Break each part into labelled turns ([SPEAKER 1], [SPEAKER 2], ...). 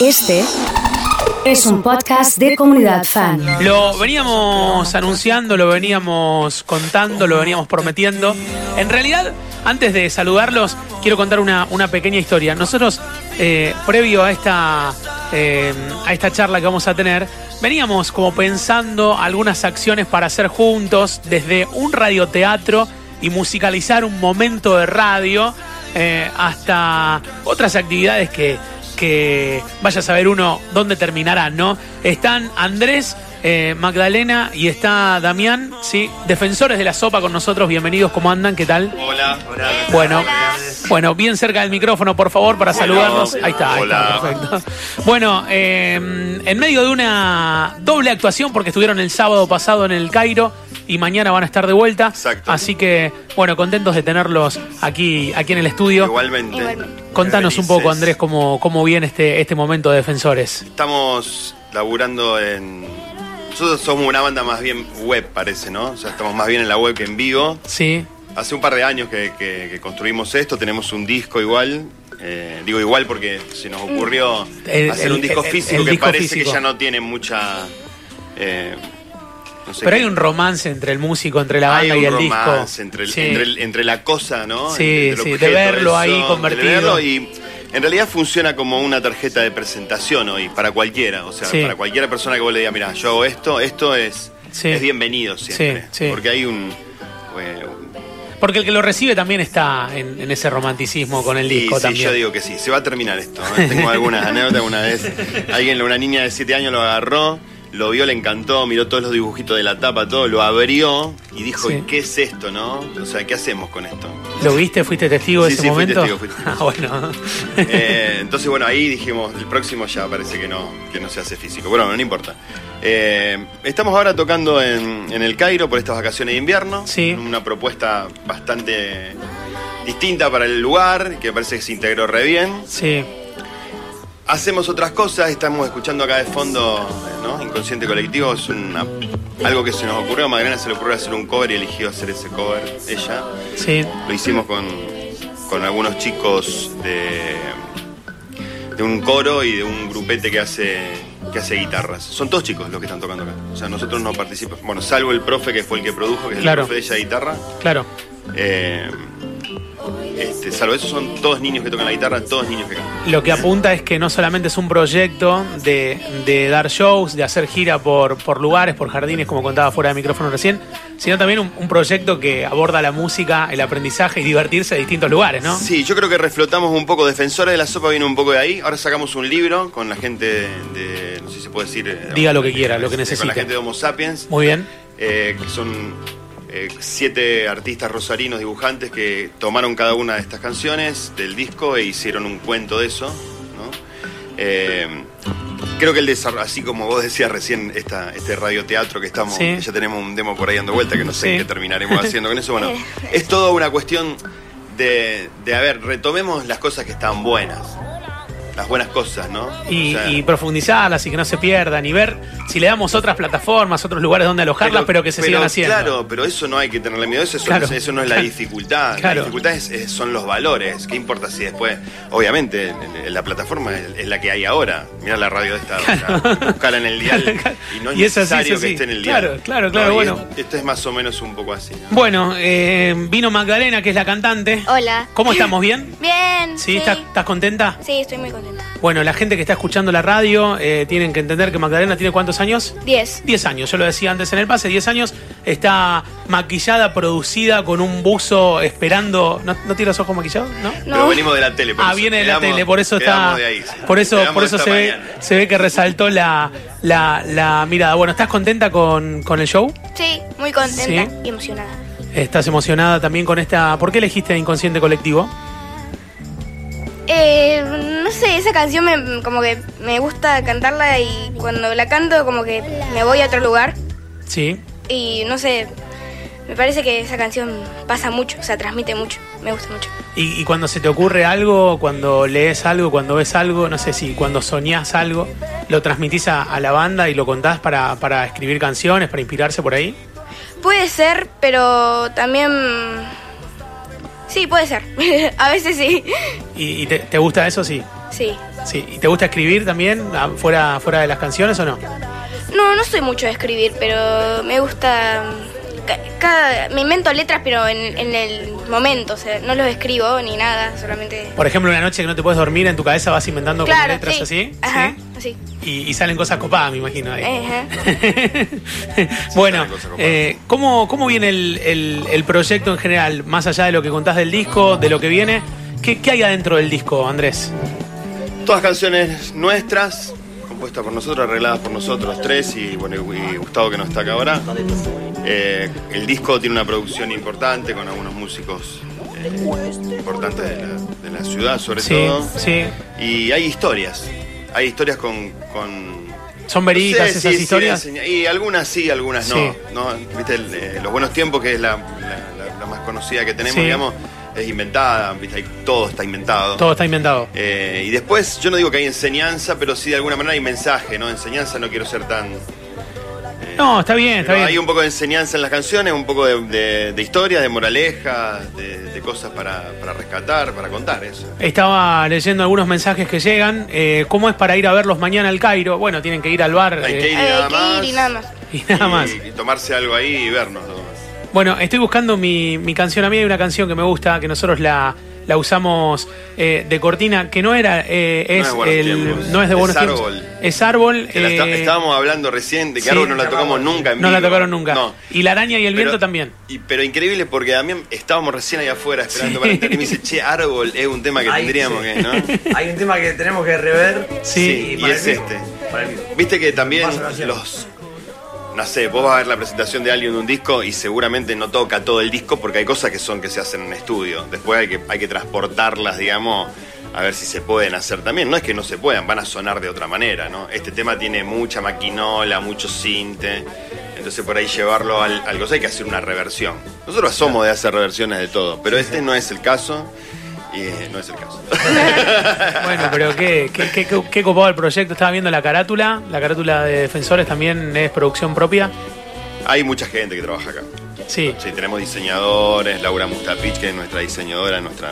[SPEAKER 1] Este es un podcast de comunidad fan.
[SPEAKER 2] Lo veníamos anunciando, lo veníamos contando, lo veníamos prometiendo. En realidad, antes de saludarlos, quiero contar una, una pequeña historia. Nosotros, eh, previo a esta, eh, a esta charla que vamos a tener, veníamos como pensando algunas acciones para hacer juntos desde un radioteatro y musicalizar un momento de radio eh, hasta otras actividades que que vaya a saber uno dónde terminarán, ¿no? Están Andrés, eh, Magdalena y está Damián, ¿sí? Defensores de la sopa con nosotros, bienvenidos, ¿cómo andan? ¿Qué tal?
[SPEAKER 3] Hola. Hola.
[SPEAKER 2] Bueno, bueno, bien cerca del micrófono, por favor, para saludarnos. Ahí está, ahí está,
[SPEAKER 3] Hola.
[SPEAKER 2] perfecto. Bueno, eh, en medio de una doble actuación, porque estuvieron el sábado pasado en el Cairo y mañana van a estar de vuelta.
[SPEAKER 3] Exacto.
[SPEAKER 2] Así que, bueno, contentos de tenerlos aquí, aquí en el estudio.
[SPEAKER 3] Igualmente.
[SPEAKER 4] Igualmente.
[SPEAKER 2] Contanos un
[SPEAKER 3] Felices.
[SPEAKER 2] poco, Andrés, cómo, cómo viene este, este momento de defensores.
[SPEAKER 3] Estamos laburando en. Nosotros somos una banda más bien web, parece, ¿no? O sea, estamos más bien en la web que en vivo.
[SPEAKER 2] Sí,
[SPEAKER 3] Hace un par de años que, que- que construimos esto, tenemos un disco igual. eh, digo igual porque se nos ocurrió
[SPEAKER 2] El-
[SPEAKER 3] hacer
[SPEAKER 2] el-
[SPEAKER 3] un disco
[SPEAKER 2] el- el
[SPEAKER 3] físico que
[SPEAKER 2] disco
[SPEAKER 3] parece
[SPEAKER 2] físico.
[SPEAKER 3] que ya no tiene mucha. eh, no sé
[SPEAKER 2] pero
[SPEAKER 3] qué-
[SPEAKER 2] hay un romance entre el músico, entre la
[SPEAKER 3] Hay
[SPEAKER 2] banda
[SPEAKER 3] un
[SPEAKER 2] y el
[SPEAKER 3] romance
[SPEAKER 2] disco.
[SPEAKER 3] Entre, el-
[SPEAKER 2] Sí.
[SPEAKER 3] entre, el- entre la cosa, ¿no?
[SPEAKER 2] Sí,
[SPEAKER 3] Entre el
[SPEAKER 2] sí, de verlo ahí
[SPEAKER 3] de
[SPEAKER 2] convertido.
[SPEAKER 3] verlo y en realidad funciona como una tarjeta de presentación hoy, para cualquiera. O sea,
[SPEAKER 2] Sí.
[SPEAKER 3] para cualquier persona que vos le digas, mira, yo hago esto, esto es,
[SPEAKER 2] Sí.
[SPEAKER 3] es bienvenido siempre.
[SPEAKER 2] Sí, sí.
[SPEAKER 3] Porque hay un. eh, un-
[SPEAKER 2] Porque el que lo recibe también está en, en ese romanticismo con el
[SPEAKER 3] y
[SPEAKER 2] disco
[SPEAKER 3] sí,
[SPEAKER 2] también.
[SPEAKER 3] yo digo que sí, se va a terminar esto. ¿eh? Tengo algunas anécdotas una vez. Alguien, una niña de 7 años lo agarró, lo vio, le encantó, miró todos los dibujitos de la tapa, todo, lo abrió y dijo,
[SPEAKER 2] Sí.
[SPEAKER 3] "¿Y ¿qué es esto, no? O sea, ¿qué hacemos con esto?
[SPEAKER 2] ¿Lo viste? ¿Fuiste testigo de
[SPEAKER 3] Sí,
[SPEAKER 2] ese
[SPEAKER 3] sí, fui
[SPEAKER 2] momento?
[SPEAKER 3] testigo, fui testigo.
[SPEAKER 2] Ah, bueno.
[SPEAKER 3] Eh, entonces, bueno, ahí dijimos, el próximo ya parece que no, que no se hace físico. Bueno, no importa. Eh, estamos ahora tocando en, en el Cairo por estas vacaciones de invierno.
[SPEAKER 2] Sí.
[SPEAKER 3] Una propuesta bastante distinta para el lugar, que parece que se integró re bien.
[SPEAKER 2] Sí,
[SPEAKER 3] Hacemos otras cosas, estamos escuchando acá de fondo, ¿no? Inconsciente Colectivo, es una- algo que se nos ocurrió. A Magdalena se le ocurrió hacer un cover y eligió hacer ese cover ella.
[SPEAKER 2] sí.
[SPEAKER 3] Lo hicimos con, con algunos chicos de, de un coro y de un grupete que hace, que hace guitarras. Son todos chicos los que están tocando acá. O sea, nosotros no participamos. Bueno, salvo el profe que fue el que produjo, que es
[SPEAKER 2] Claro.
[SPEAKER 3] el profe de ella de guitarra.
[SPEAKER 2] Claro.
[SPEAKER 3] Eh, este, salvo eso, son todos niños que tocan la guitarra, todos niños que cantan.
[SPEAKER 2] Lo que apunta es que no solamente es un proyecto de, de dar shows, de hacer gira por, por lugares, por jardines, como contaba fuera de micrófono recién, sino también un, un proyecto que aborda la música, el aprendizaje y divertirse de distintos lugares, ¿no?
[SPEAKER 3] Sí, yo creo que reflotamos un poco. Defensores de la Sopa viene un poco de ahí. Ahora sacamos un libro con la gente de. no sé si se puede decir. eh,
[SPEAKER 2] Diga lo que quiera, lo que
[SPEAKER 3] Con
[SPEAKER 2] necesite.
[SPEAKER 3] la gente de Homo Sapiens.
[SPEAKER 2] Muy bien.
[SPEAKER 3] eh, que son eh, siete artistas rosarinos dibujantes que tomaron cada una de estas canciones del disco e hicieron un cuento de eso. ¿no? Eh, creo que el desarrollo, así como vos decías recién, esta, este radioteatro que estamos,
[SPEAKER 2] Sí.
[SPEAKER 3] que ya tenemos un demo por ahí dando vuelta, que no sé
[SPEAKER 2] Sí.
[SPEAKER 3] qué terminaremos haciendo con eso. Bueno, es toda una cuestión de, de, a ver, retomemos las cosas que están buenas. Las buenas cosas, ¿no?
[SPEAKER 2] y,
[SPEAKER 3] O sea,
[SPEAKER 2] y profundizarlas y que no se pierdan y ver si le damos otras plataformas, otros lugares donde alojarlas, pero, que se sigan haciendo.
[SPEAKER 3] Claro, pero eso no hay que tenerle miedo, eso, eso
[SPEAKER 2] Claro.
[SPEAKER 3] no es- eso no es la dificultad.
[SPEAKER 2] Claro.
[SPEAKER 3] La dificultad es- es- son los valores. ¿Qué importa si después? Obviamente, en- en la plataforma es, es la que hay ahora. Mira la radio de esta, o sea, buscala en el dial y no es
[SPEAKER 2] Y es así, es
[SPEAKER 3] necesario que
[SPEAKER 2] así.
[SPEAKER 3] esté en el dial.
[SPEAKER 2] Claro, claro, claro,
[SPEAKER 3] y
[SPEAKER 2] bueno.
[SPEAKER 3] es- esto es más o menos un poco así. ¿no?
[SPEAKER 2] Bueno, eh, vino Magdalena, que es la cantante.
[SPEAKER 4] Hola.
[SPEAKER 2] ¿Cómo estamos? ¿Bien?
[SPEAKER 4] Bien.
[SPEAKER 2] ¿Sí? ¿Estás, estás contenta?
[SPEAKER 4] Sí, estoy muy contenta.
[SPEAKER 2] Bueno, la gente que está escuchando la radio eh, tienen que entender que Magdalena tiene cuántos años?
[SPEAKER 4] 10.
[SPEAKER 2] 10 años, yo lo decía antes en el pase, 10 años, está maquillada, producida, con un buzo esperando. ¿No, no tiene los ojos maquillados? ¿No?
[SPEAKER 3] Pero venimos de la tele. por
[SPEAKER 2] Ah,
[SPEAKER 3] eso
[SPEAKER 2] viene de la
[SPEAKER 3] quedamos-
[SPEAKER 2] tele, por eso está.
[SPEAKER 3] quedamos de ahí, sí.
[SPEAKER 2] Por eso,
[SPEAKER 3] Quedamos
[SPEAKER 2] por eso
[SPEAKER 3] hasta
[SPEAKER 2] se ve,
[SPEAKER 3] mañana.
[SPEAKER 2] se ve que resaltó la, la, la mirada. Bueno, ¿estás contenta con, con el show?
[SPEAKER 4] Sí, muy contenta
[SPEAKER 2] Sí.
[SPEAKER 4] y emocionada.
[SPEAKER 2] ¿Estás emocionada también con esta? ¿Por qué elegiste Inconsciente Colectivo?
[SPEAKER 4] Eh, no sé, esa canción me, como que me gusta cantarla y cuando la canto como que me voy a otro lugar
[SPEAKER 2] Sí.
[SPEAKER 4] y no sé, me parece que esa canción pasa mucho, o sea, transmite mucho, me gusta mucho.
[SPEAKER 2] Y, y cuando se te ocurre algo, cuando lees algo, cuando ves algo, no sé si cuando soñás algo, lo transmitís a, a la banda y lo contás para, para escribir canciones, para inspirarse por ahí.
[SPEAKER 4] Puede ser, pero también... Sí, puede ser. a veces sí.
[SPEAKER 2] ¿Y, y te, te gusta eso? Sí.
[SPEAKER 4] Sí.
[SPEAKER 2] Sí. ¿Y te gusta escribir también ah, fuera, fuera de las canciones o no?
[SPEAKER 4] No, no soy mucho de escribir, pero me gusta... mm, ca- cada- me invento letras, pero en, en el momento, o sea, no los escribo ni nada, solamente...
[SPEAKER 2] Por ejemplo, una noche que no te puedes dormir, en tu cabeza vas inventando como
[SPEAKER 4] Claro,
[SPEAKER 2] letras
[SPEAKER 4] sí.
[SPEAKER 2] así.
[SPEAKER 4] Ajá, Eh,
[SPEAKER 2] ¿sí?
[SPEAKER 4] así.
[SPEAKER 2] Y, y salen cosas copadas, me imagino. ahí.
[SPEAKER 4] Ajá.
[SPEAKER 2] bueno,
[SPEAKER 3] salen cosas copadas.
[SPEAKER 2] eh, ¿cómo, ¿cómo viene el, el- el proyecto en general? Más allá de lo que contás del disco, de lo que viene, ¿qué, qué hay adentro del disco, Andrés?
[SPEAKER 3] Todas canciones nuestras, compuestas por nosotros, arregladas por nosotros tres y, bueno, y Gustavo que no está acá ahora. Eh, el disco tiene una producción importante con algunos músicos eh, importantes de la, de la ciudad, sobre
[SPEAKER 2] Sí,
[SPEAKER 3] todo.
[SPEAKER 2] sí.
[SPEAKER 3] Y hay historias. Hay historias con. con
[SPEAKER 2] ¿Son verídicas
[SPEAKER 3] No sé si-
[SPEAKER 2] esas
[SPEAKER 3] si
[SPEAKER 2] historias?
[SPEAKER 3] enseña- y algunas sí, algunas no.
[SPEAKER 2] Sí.
[SPEAKER 3] ¿no? ¿Viste? el, eh, Los Buenos Tiempos, que es la, la- la- la más conocida que tenemos,
[SPEAKER 2] Sí.
[SPEAKER 3] digamos, es inventada. ¿viste? Ahí Todo está inventado.
[SPEAKER 2] Todo está inventado.
[SPEAKER 3] Eh, y después, yo no digo que hay enseñanza, pero sí de alguna manera hay mensaje, ¿no? Enseñanza no quiero ser tan.
[SPEAKER 2] No, está bien, está
[SPEAKER 3] Eh, pero hay
[SPEAKER 2] bien.
[SPEAKER 3] un poco de enseñanza en las canciones, un poco de, de- de historia, de moraleja, de, de cosas para, para rescatar, para contar eso.
[SPEAKER 2] Estaba leyendo algunos mensajes que llegan. Eh, ¿Cómo es para ir a verlos mañana al Cairo? Bueno, tienen que ir al bar.
[SPEAKER 3] Hay
[SPEAKER 2] eh,
[SPEAKER 3] que ir y
[SPEAKER 4] Hay
[SPEAKER 3] nada
[SPEAKER 4] que
[SPEAKER 3] más.
[SPEAKER 4] ir y nada más.
[SPEAKER 2] Y nada más.
[SPEAKER 3] y tomarse algo ahí y vernos. nada más.
[SPEAKER 2] Bueno, estoy buscando mi, mi canción. A mí hay una canción que me gusta, que nosotros la, la usamos eh, de cortina, que no era, eh,
[SPEAKER 3] No
[SPEAKER 2] es
[SPEAKER 3] es Buenos
[SPEAKER 2] el-
[SPEAKER 3] Tiempos.
[SPEAKER 2] no es de
[SPEAKER 3] Es
[SPEAKER 2] buenos tiempos.
[SPEAKER 3] Árbol.
[SPEAKER 2] Es árbol.
[SPEAKER 3] Que la está-
[SPEAKER 2] eh,
[SPEAKER 3] estábamos hablando recién de que
[SPEAKER 2] sí.
[SPEAKER 3] algo no la tocamos nunca en
[SPEAKER 2] no la
[SPEAKER 3] vivo.
[SPEAKER 2] tocaron nunca.
[SPEAKER 3] No.
[SPEAKER 2] Y la araña y el viento también.
[SPEAKER 3] y- pero increíble porque también estábamos recién ahí afuera
[SPEAKER 2] Sí.
[SPEAKER 3] esperando para entrar y me dice, che, árbol es un tema que
[SPEAKER 5] Ahí,
[SPEAKER 3] tendríamos
[SPEAKER 5] sí.
[SPEAKER 3] que, ¿no?
[SPEAKER 5] Hay un tema que tenemos que rever.
[SPEAKER 2] Sí,
[SPEAKER 3] y
[SPEAKER 5] para
[SPEAKER 3] es
[SPEAKER 5] el vivo,
[SPEAKER 3] este.
[SPEAKER 5] para el vivo.
[SPEAKER 3] Viste que también
[SPEAKER 5] Pasa, gracias.
[SPEAKER 3] los. No sé, vos vas a ver la presentación de alguien de un disco y seguramente no toca todo el disco porque hay cosas que son que se hacen en estudio. Después hay que, hay que transportarlas, digamos, a ver si se pueden hacer también. No es que no se puedan, van a sonar de otra manera, ¿no? Este tema tiene mucha maquinola, mucho cinte. Entonces por ahí llevarlo al, al cosa hay que hacer una reversión. Nosotros somos de hacer reversiones de todo, pero este no es el caso. Y eh, no es el caso.
[SPEAKER 2] Bueno, pero qué, qué, qué- qué- qué copado el proyecto. Estaba viendo la carátula. La carátula de Defensores también es producción propia.
[SPEAKER 3] hay mucha gente que trabaja acá.
[SPEAKER 2] Sí.
[SPEAKER 3] Sí, tenemos diseñadores, Laura Mustapich, que es nuestra diseñadora, nuestra,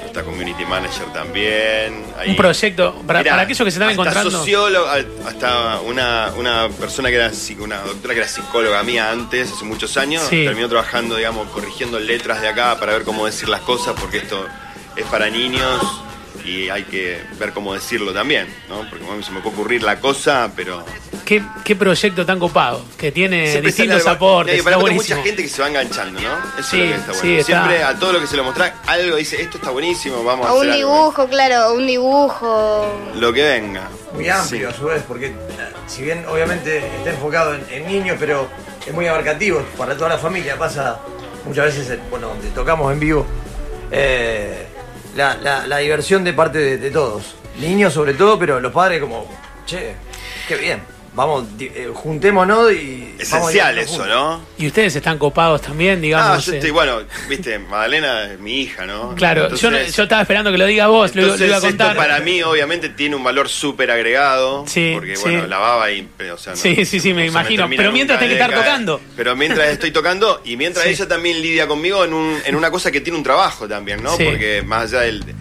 [SPEAKER 3] nuestra community manager también. Ahí-
[SPEAKER 2] Un proyecto para,
[SPEAKER 3] Mirá,
[SPEAKER 2] para aquellos que se están
[SPEAKER 3] hasta
[SPEAKER 2] encontrando.
[SPEAKER 3] sociólogo- al- hasta una, una persona que era psico- una doctora que era psicóloga mía antes, hace muchos años,
[SPEAKER 2] Sí.
[SPEAKER 3] terminó trabajando, digamos, corrigiendo letras de acá para ver cómo decir las cosas, porque esto es para niños y hay que ver cómo decirlo también, ¿no? Porque bueno, se me puede ocurrir la cosa, pero
[SPEAKER 2] ¿Qué, qué proyecto tan copado que tiene
[SPEAKER 3] Siempre sale
[SPEAKER 2] Eh, distintos
[SPEAKER 3] algo-
[SPEAKER 2] aportes.
[SPEAKER 3] Y hay
[SPEAKER 2] está
[SPEAKER 3] aparte
[SPEAKER 2] buenísimo.
[SPEAKER 3] mucha gente que se va enganchando, ¿no? Eso
[SPEAKER 2] Sí,
[SPEAKER 3] es lo que está bueno.
[SPEAKER 2] sí, está.
[SPEAKER 3] Siempre a todo lo que se lo mostrás, algo dice, esto está buenísimo, vamos a
[SPEAKER 4] O un
[SPEAKER 3] hacer algo.
[SPEAKER 4] dibujo, claro, un dibujo.
[SPEAKER 3] Lo que venga.
[SPEAKER 5] Muy
[SPEAKER 3] Sí.
[SPEAKER 5] amplio a su vez, porque eh, si bien obviamente está enfocado en, en niños, pero es muy abarcativo para toda la familia. Pasa muchas veces, eh, bueno, donde tocamos en vivo, eh, la, la- la diversión de parte de, de todos. Niños sobre todo, pero los padres como, che, qué bien, vamos, di- eh, juntémonos y... vamos
[SPEAKER 3] Esencial
[SPEAKER 5] divirtiéndonos
[SPEAKER 3] eso,
[SPEAKER 5] juntos".
[SPEAKER 3] ¿no?
[SPEAKER 2] Y ustedes están copados también, digamos.
[SPEAKER 3] ah, yo
[SPEAKER 2] eh.
[SPEAKER 3] estoy, bueno, viste, Madalena es mi hija, ¿no?
[SPEAKER 2] Claro, yo, no-
[SPEAKER 3] Entonces-
[SPEAKER 2] yo estaba esperando que lo diga vos, lo- lo,
[SPEAKER 3] Entonces,
[SPEAKER 2] iba a contar.
[SPEAKER 3] esto para mí, obviamente, tiene un valor súper agregado.
[SPEAKER 2] Sí,
[SPEAKER 3] Porque,
[SPEAKER 2] sí.
[SPEAKER 3] bueno, la baba y. O sea, no-
[SPEAKER 2] Sí, sí, sí, me
[SPEAKER 3] no se
[SPEAKER 2] imagino.
[SPEAKER 3] termina
[SPEAKER 2] Pero mientras
[SPEAKER 3] nunca
[SPEAKER 2] tenés que
[SPEAKER 3] de
[SPEAKER 2] estar
[SPEAKER 3] caer.
[SPEAKER 2] tocando.
[SPEAKER 3] Pero mientras estoy tocando y mientras
[SPEAKER 2] Sí.
[SPEAKER 3] ella también lidia conmigo en, un- en una cosa que tiene un trabajo también, ¿no?
[SPEAKER 2] Sí.
[SPEAKER 3] Porque más allá del-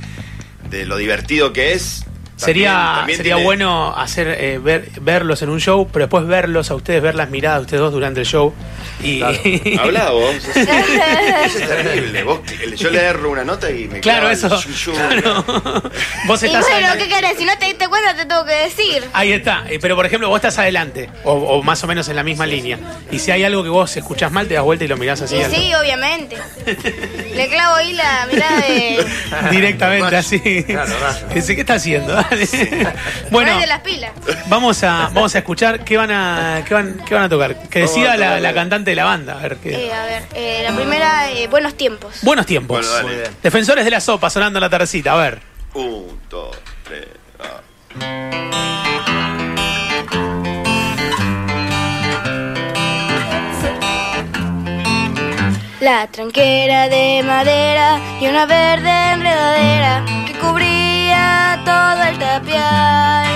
[SPEAKER 3] de lo divertido que es.
[SPEAKER 2] Sería,
[SPEAKER 3] también- también
[SPEAKER 2] sería
[SPEAKER 3] tiene-
[SPEAKER 2] bueno hacer eh, ver, verlos en un show, pero después verlos a ustedes, ver las miradas de ustedes dos durante el show. Y
[SPEAKER 5] Claro.
[SPEAKER 3] Hablá vos. Eso es terrible. Vos- yo le erro una nota y me
[SPEAKER 2] Claro,
[SPEAKER 3] clava el
[SPEAKER 2] eso.
[SPEAKER 3] yuyú.
[SPEAKER 2] claro. vos
[SPEAKER 4] Y
[SPEAKER 2] estás
[SPEAKER 4] bueno,
[SPEAKER 2] adelante.
[SPEAKER 4] ¿qué querés? Si no te diste cuenta, te tengo que decir.
[SPEAKER 2] Ahí está, Eh, pero por ejemplo vos estás adelante, o, o más o menos en la misma línea. Y si hay algo que vos escuchás mal, te das vuelta y lo mirás así.
[SPEAKER 4] Y
[SPEAKER 2] al-
[SPEAKER 4] sí, obviamente. Le clavo ahí la mirada de.
[SPEAKER 2] Directamente, así.
[SPEAKER 5] Claro, rayo.
[SPEAKER 2] Dice, ¿qué está haciendo? Dale.
[SPEAKER 4] Bueno.
[SPEAKER 2] Bueno,
[SPEAKER 4] de las pilas.
[SPEAKER 2] vamos a, vamos a escuchar qué van a, qué van, qué van a tocar. Que
[SPEAKER 3] Vamos a
[SPEAKER 2] decida la,
[SPEAKER 3] tocar.
[SPEAKER 2] la cantante de la banda. A ver qué.
[SPEAKER 4] Eh, a ver, eh, la primera, eh, buenos tiempos.
[SPEAKER 2] Buenos tiempos.
[SPEAKER 3] Bueno, dale.
[SPEAKER 5] Muy bien.
[SPEAKER 2] Defensores de la sopa sonando en la tardecita, a ver.
[SPEAKER 3] Un, dos, tres. ah.
[SPEAKER 4] La tranquera de madera y una verde enredadera que cubría todo el tapial.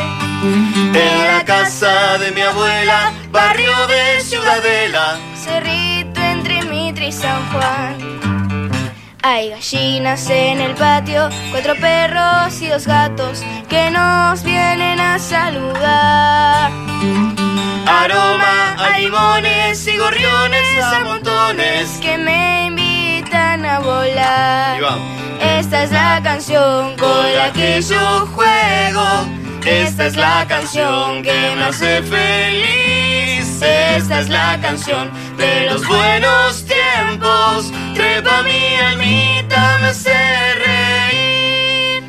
[SPEAKER 3] En la casa de mi abuela, barrio de Ciudadela.
[SPEAKER 4] Cerrito entre Mitre y San Juan. Hay gallinas en el patio, cuatro perros y dos gatos que nos vienen a saludar. Aroma a limones y gorriones a montones que me invitan a volar.
[SPEAKER 3] Y vamos.
[SPEAKER 4] Esta es la canción con la que yo juego. Esta es la canción que me hace feliz. Esta es la canción de los buenos tiempos. Trepa mi almita, me hace reír.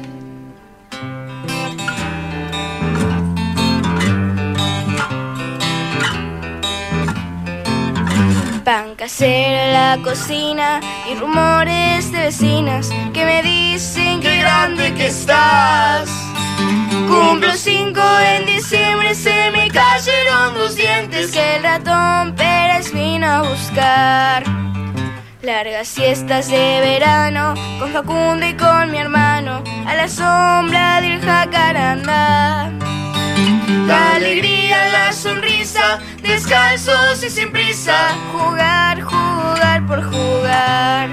[SPEAKER 4] Pan casero en la cocina y rumores de vecinas que me dicen que grande que estás. Cumplo cinco en diciembre, se me cayeron dos dientes que el ratón Pérez vino a buscar. Largas siestas de verano con Facundo y con mi hermano a la sombra del jacarandá. La alegría, la sonrisa, descalzos y sin prisa. Jugar, jugar por jugar.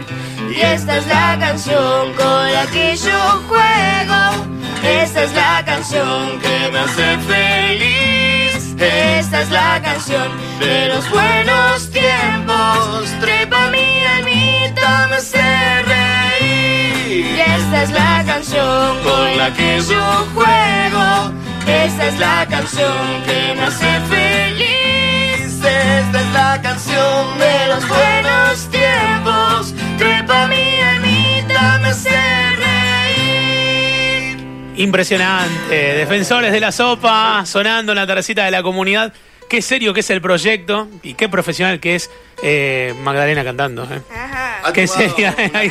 [SPEAKER 4] Y esta es la canción con la que yo juego. Esta es la canción que me hace feliz. Esta es la canción de los buenos tiempos. Trepa mi almita, me hace reír. Y esta es la canción con la que yo juego. Esta es la canción que me hace feliz. Esta es la canción de los buenos tiempos. Trepa mi almita, me hace reír.
[SPEAKER 2] Impresionante. Defensores de la sopa, sonando en la tercita de la comunidad. Qué serio que es el proyecto y qué profesional que es eh, Magdalena cantando. eh.
[SPEAKER 4] Ajá.
[SPEAKER 3] Ah,
[SPEAKER 2] Qué
[SPEAKER 3] wow.
[SPEAKER 2] seria. Ahí,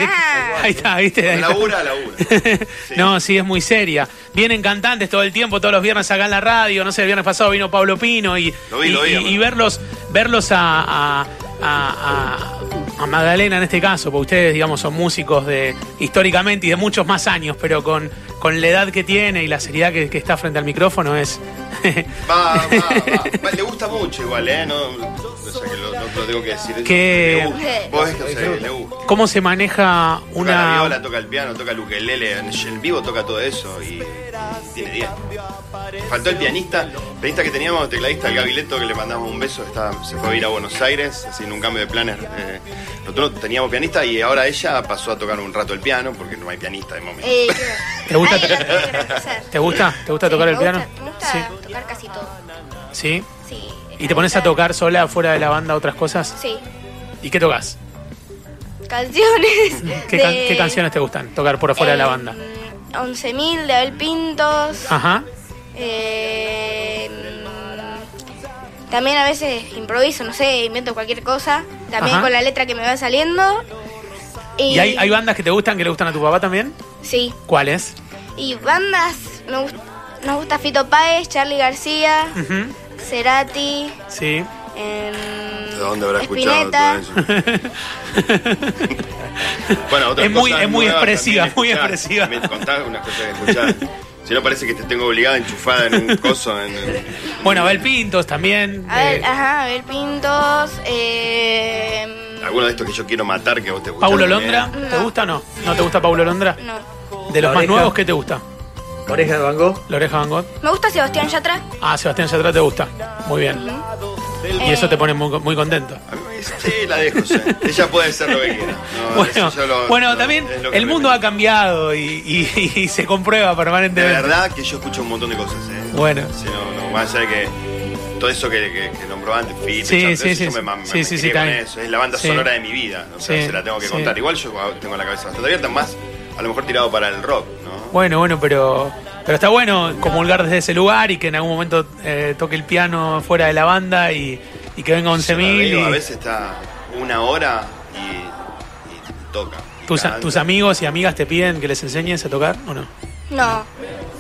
[SPEAKER 2] ahí está, ¿viste? Ahí
[SPEAKER 3] Con
[SPEAKER 2] está.
[SPEAKER 3] Labura, labura. Sí.
[SPEAKER 2] No, sí, es muy seria. Vienen cantantes todo el tiempo, todos los viernes acá en la radio. No sé, el viernes pasado vino Pablo Pino y,
[SPEAKER 3] Lo vi,
[SPEAKER 2] y-
[SPEAKER 3] lo vi,
[SPEAKER 2] y-
[SPEAKER 3] amor.
[SPEAKER 2] y verlos, verlos a, a- a- a- a Magdalena en este caso, porque ustedes, digamos, son músicos de históricamente y de muchos más años, pero con, con la edad que tiene y la seriedad que, que está frente al micrófono es.
[SPEAKER 3] Va, va, va. Va, Le gusta mucho igual, ¿eh? No, o sea, que lo, no lo tengo que decir.
[SPEAKER 2] Que-
[SPEAKER 3] Le gusta. Vos ves que, o sea, que le gusta.
[SPEAKER 2] ¿Cómo se maneja
[SPEAKER 3] Toca la viola,
[SPEAKER 2] una.
[SPEAKER 3] toca el piano, toca el ukelele, en en vivo toca todo eso y tiene 10. Faltó el pianista, el pianista que teníamos, el tecladista el Gavileto, que le mandamos un beso, está, se fue a ir a Buenos Aires, haciendo un cambio de planes. eh, nosotros teníamos pianista y ahora ella pasó a tocar un rato el piano, porque no hay pianista de momento.
[SPEAKER 4] Eh,
[SPEAKER 2] ¿Te gusta
[SPEAKER 4] nadie
[SPEAKER 2] tocar-
[SPEAKER 4] la puede reemplazar.
[SPEAKER 2] ¿Te gusta? ¿Te gusta tocar
[SPEAKER 4] Sí,
[SPEAKER 2] el
[SPEAKER 4] me
[SPEAKER 2] piano?
[SPEAKER 4] gusta- me gusta tocar casi todo.
[SPEAKER 2] Sí. ¿Sí?
[SPEAKER 4] Sí.
[SPEAKER 2] ¿Y te pones a tocar sola fuera de la banda otras cosas?
[SPEAKER 4] Sí.
[SPEAKER 2] ¿Y qué tocas?
[SPEAKER 4] Canciones.
[SPEAKER 2] ¿Qué,
[SPEAKER 4] de-
[SPEAKER 2] can- qué canciones te gustan tocar por afuera de la
[SPEAKER 4] eh,
[SPEAKER 2] banda? Ah.
[SPEAKER 4] 11.000 de Abel Pintos.
[SPEAKER 2] Ajá.
[SPEAKER 4] Eh, mm, también a veces improviso, no sé, invento cualquier cosa. También
[SPEAKER 2] Ajá.
[SPEAKER 4] con la letra que me va saliendo. Y,
[SPEAKER 2] ¿Y hay, hay bandas que te gustan, que le gustan a tu papá también?
[SPEAKER 4] Sí.
[SPEAKER 2] ¿Cuáles?
[SPEAKER 4] Y bandas, me gust- nos gusta Fito Páez, Charlie García,
[SPEAKER 2] Ujú,
[SPEAKER 4] Cerati.
[SPEAKER 2] Sí.
[SPEAKER 4] em,
[SPEAKER 3] ¿De dónde habrá escuchado
[SPEAKER 4] Spinetta.
[SPEAKER 3] todo eso? bueno, otra
[SPEAKER 2] Es muy-
[SPEAKER 3] cosa
[SPEAKER 2] es muy
[SPEAKER 3] nueva
[SPEAKER 2] expresiva,
[SPEAKER 3] también
[SPEAKER 2] muy
[SPEAKER 3] escuchar.
[SPEAKER 2] expresiva.
[SPEAKER 3] Me contás unas cosas que escuchás. Si no parece que te tengo obligada enchufada en un coso. En,
[SPEAKER 2] Bueno, Abel Pintos también.
[SPEAKER 4] A ver,
[SPEAKER 2] eh,
[SPEAKER 4] ah. ajá, a ver, Pintos. Eh,
[SPEAKER 3] alguno de estos que yo quiero matar que vos te gusta.
[SPEAKER 2] Paulo Londra, ¿te
[SPEAKER 4] No.
[SPEAKER 2] gusta o no? ¿No te gusta Paulo Londra?
[SPEAKER 4] no.
[SPEAKER 2] De los
[SPEAKER 5] La
[SPEAKER 2] más
[SPEAKER 5] oreja.
[SPEAKER 2] nuevos, ¿qué te gusta?
[SPEAKER 5] Oreja de Van Gogh.
[SPEAKER 2] La oreja Van Gogh.
[SPEAKER 4] Me gusta Sebastián Yatra.
[SPEAKER 2] Ah, Sebastián Yatra te gusta. Muy bien. Y
[SPEAKER 4] Eh.
[SPEAKER 2] eso te pone muy, muy contento.
[SPEAKER 3] A mí me- Sí, la dejo. sí. Ella puede hacer lo que quiera. No,
[SPEAKER 2] Bueno,
[SPEAKER 3] eso yo lo-
[SPEAKER 2] bueno
[SPEAKER 3] no,
[SPEAKER 2] también
[SPEAKER 3] es lo que
[SPEAKER 2] el
[SPEAKER 3] me-
[SPEAKER 2] mundo ha cambiado y, y- y se comprueba
[SPEAKER 3] De
[SPEAKER 2] permanentemente.
[SPEAKER 3] verdad que yo escucho un montón de cosas. ¿eh?
[SPEAKER 2] Bueno.
[SPEAKER 3] Si no, no, más allá de que todo eso que, que- que nombró antes, Fito,
[SPEAKER 2] Sí,
[SPEAKER 3] Charles,
[SPEAKER 2] sí,
[SPEAKER 3] eso
[SPEAKER 2] sí,
[SPEAKER 3] yo
[SPEAKER 2] sí.
[SPEAKER 3] me, ma- me-
[SPEAKER 2] Sí,
[SPEAKER 3] me
[SPEAKER 2] sí,
[SPEAKER 3] crié
[SPEAKER 2] sí,
[SPEAKER 3] con
[SPEAKER 2] también.
[SPEAKER 3] eso. Es la banda
[SPEAKER 2] Sí.
[SPEAKER 3] sonora de mi vida. O sea,
[SPEAKER 2] Sí,
[SPEAKER 3] se la tengo que
[SPEAKER 2] sí.
[SPEAKER 3] contar. Igual yo ah, tengo la cabeza bastante abierta, más a lo mejor tirado para el rock, ¿no?
[SPEAKER 2] Bueno, bueno, pero, pero está bueno comulgar desde ese lugar y que en algún momento eh, toque el piano fuera de la banda y, y que venga
[SPEAKER 3] Yo la veo, A
[SPEAKER 2] 11.000
[SPEAKER 3] veces está una hora y, y toca.
[SPEAKER 2] y
[SPEAKER 3] y
[SPEAKER 2] tus,
[SPEAKER 3] canta.
[SPEAKER 2] tus amigos y amigas te piden que les enseñes a tocar o no.
[SPEAKER 4] No,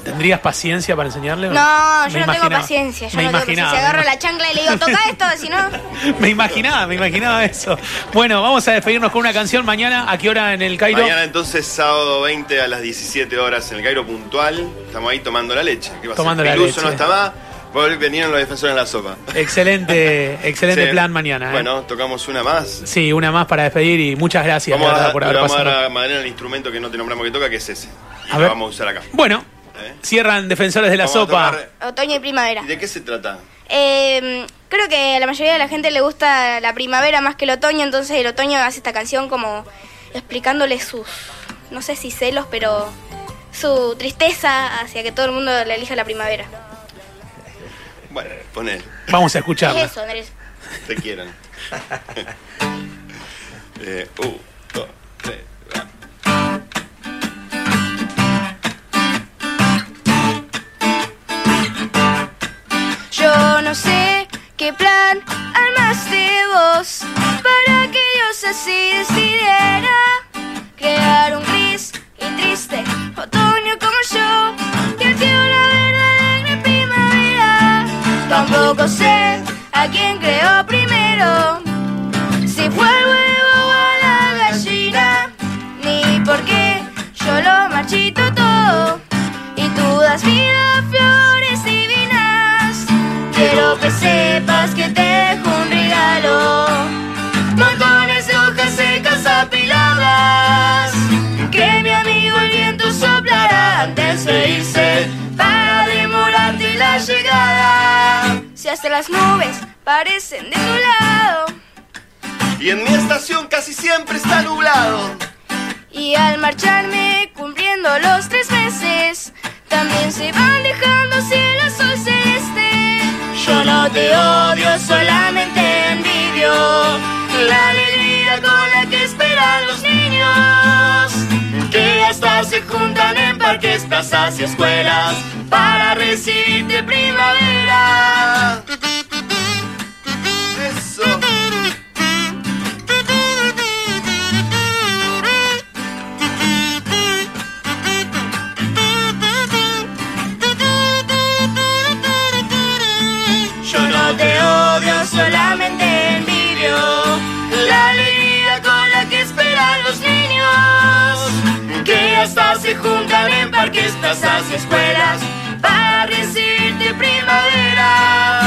[SPEAKER 2] ¿Tendrías paciencia para enseñarle? o
[SPEAKER 4] no,
[SPEAKER 2] Me
[SPEAKER 4] yo no tengo
[SPEAKER 2] imaginaba-
[SPEAKER 4] paciencia. Yo
[SPEAKER 2] me
[SPEAKER 4] no tengo
[SPEAKER 2] imaginaba,
[SPEAKER 4] paciencia. Agarro
[SPEAKER 2] me
[SPEAKER 4] la chancla y le digo, toca esto, si no.
[SPEAKER 2] Me imaginaba, me imaginaba eso. Bueno, vamos a despedirnos con una canción mañana. ¿A qué hora en el Cairo?
[SPEAKER 3] Mañana entonces, sábado 20 a las 17 horas en el Cairo puntual. Estamos ahí tomando la leche. ¿Qué va a ser?
[SPEAKER 2] Tomando la
[SPEAKER 3] Piluso
[SPEAKER 2] leche.
[SPEAKER 3] no está más. Vol- Vinieron los defensores en la sopa.
[SPEAKER 2] Excelente, excelente
[SPEAKER 3] Sí.
[SPEAKER 2] plan mañana. ¿eh?
[SPEAKER 3] Bueno, tocamos una más.
[SPEAKER 2] Sí, una más para despedir y muchas gracias de
[SPEAKER 3] vamos
[SPEAKER 2] verdad,
[SPEAKER 3] a,
[SPEAKER 2] por
[SPEAKER 3] le
[SPEAKER 2] haber
[SPEAKER 3] vamos a
[SPEAKER 2] pasado.
[SPEAKER 3] dar a Madalena el instrumento que no te nombramos que toca, que es ese. Y
[SPEAKER 2] A
[SPEAKER 3] lo
[SPEAKER 2] ver.
[SPEAKER 3] vamos a usar acá.
[SPEAKER 2] Bueno,
[SPEAKER 3] ¿Eh?
[SPEAKER 2] cierran Defensores de la
[SPEAKER 3] Vamos a
[SPEAKER 2] Sopa.
[SPEAKER 3] tocar-
[SPEAKER 4] Otoño y primavera.
[SPEAKER 3] ¿Y de qué se trata?
[SPEAKER 4] Eh, creo que a la mayoría de la gente le gusta la primavera más que el otoño, entonces el otoño hace esta canción como explicándole sus, no sé si celos, pero su tristeza hacia que todo el mundo le elija la primavera.
[SPEAKER 3] Bueno, poner,
[SPEAKER 2] Vamos a
[SPEAKER 4] Es
[SPEAKER 2] escucharla.
[SPEAKER 4] eso, Andrés.
[SPEAKER 3] te quieran. eh, un, dos, tres. va.
[SPEAKER 4] Yo no sé qué plan armaste vos para que Dios así decidiera crear un gris y triste otoño como yo que quiero la verdadera primavera. Tampoco sé a quién creó primero, si fue el huevo o la gallina, ni por qué yo lo marchito todo y tú das vida a flores divinas. Quiero que sepas que te dejo un regalo, montones de hojas secas apiladas, que mi amigo el viento soplará antes de irse para demorarte la llegada. Si hasta las nubes parecen de tu lado.
[SPEAKER 3] Y en mi estación casi siempre está nublado.
[SPEAKER 4] Y al marcharme cumpliendo los tres meses, también se van dejando cielo azul celeste. Yo no te odio, solamente envidio la alegría con la que esperan los niños. Que hasta se juntan en parques, plazas y escuelas para recibirte primavera.
[SPEAKER 3] Eso.
[SPEAKER 4] Yo no te odio, solamente envidio la alegría con la que esperan los niños que hasta se juntan en parques, plazas y escuelas para recibirte primavera.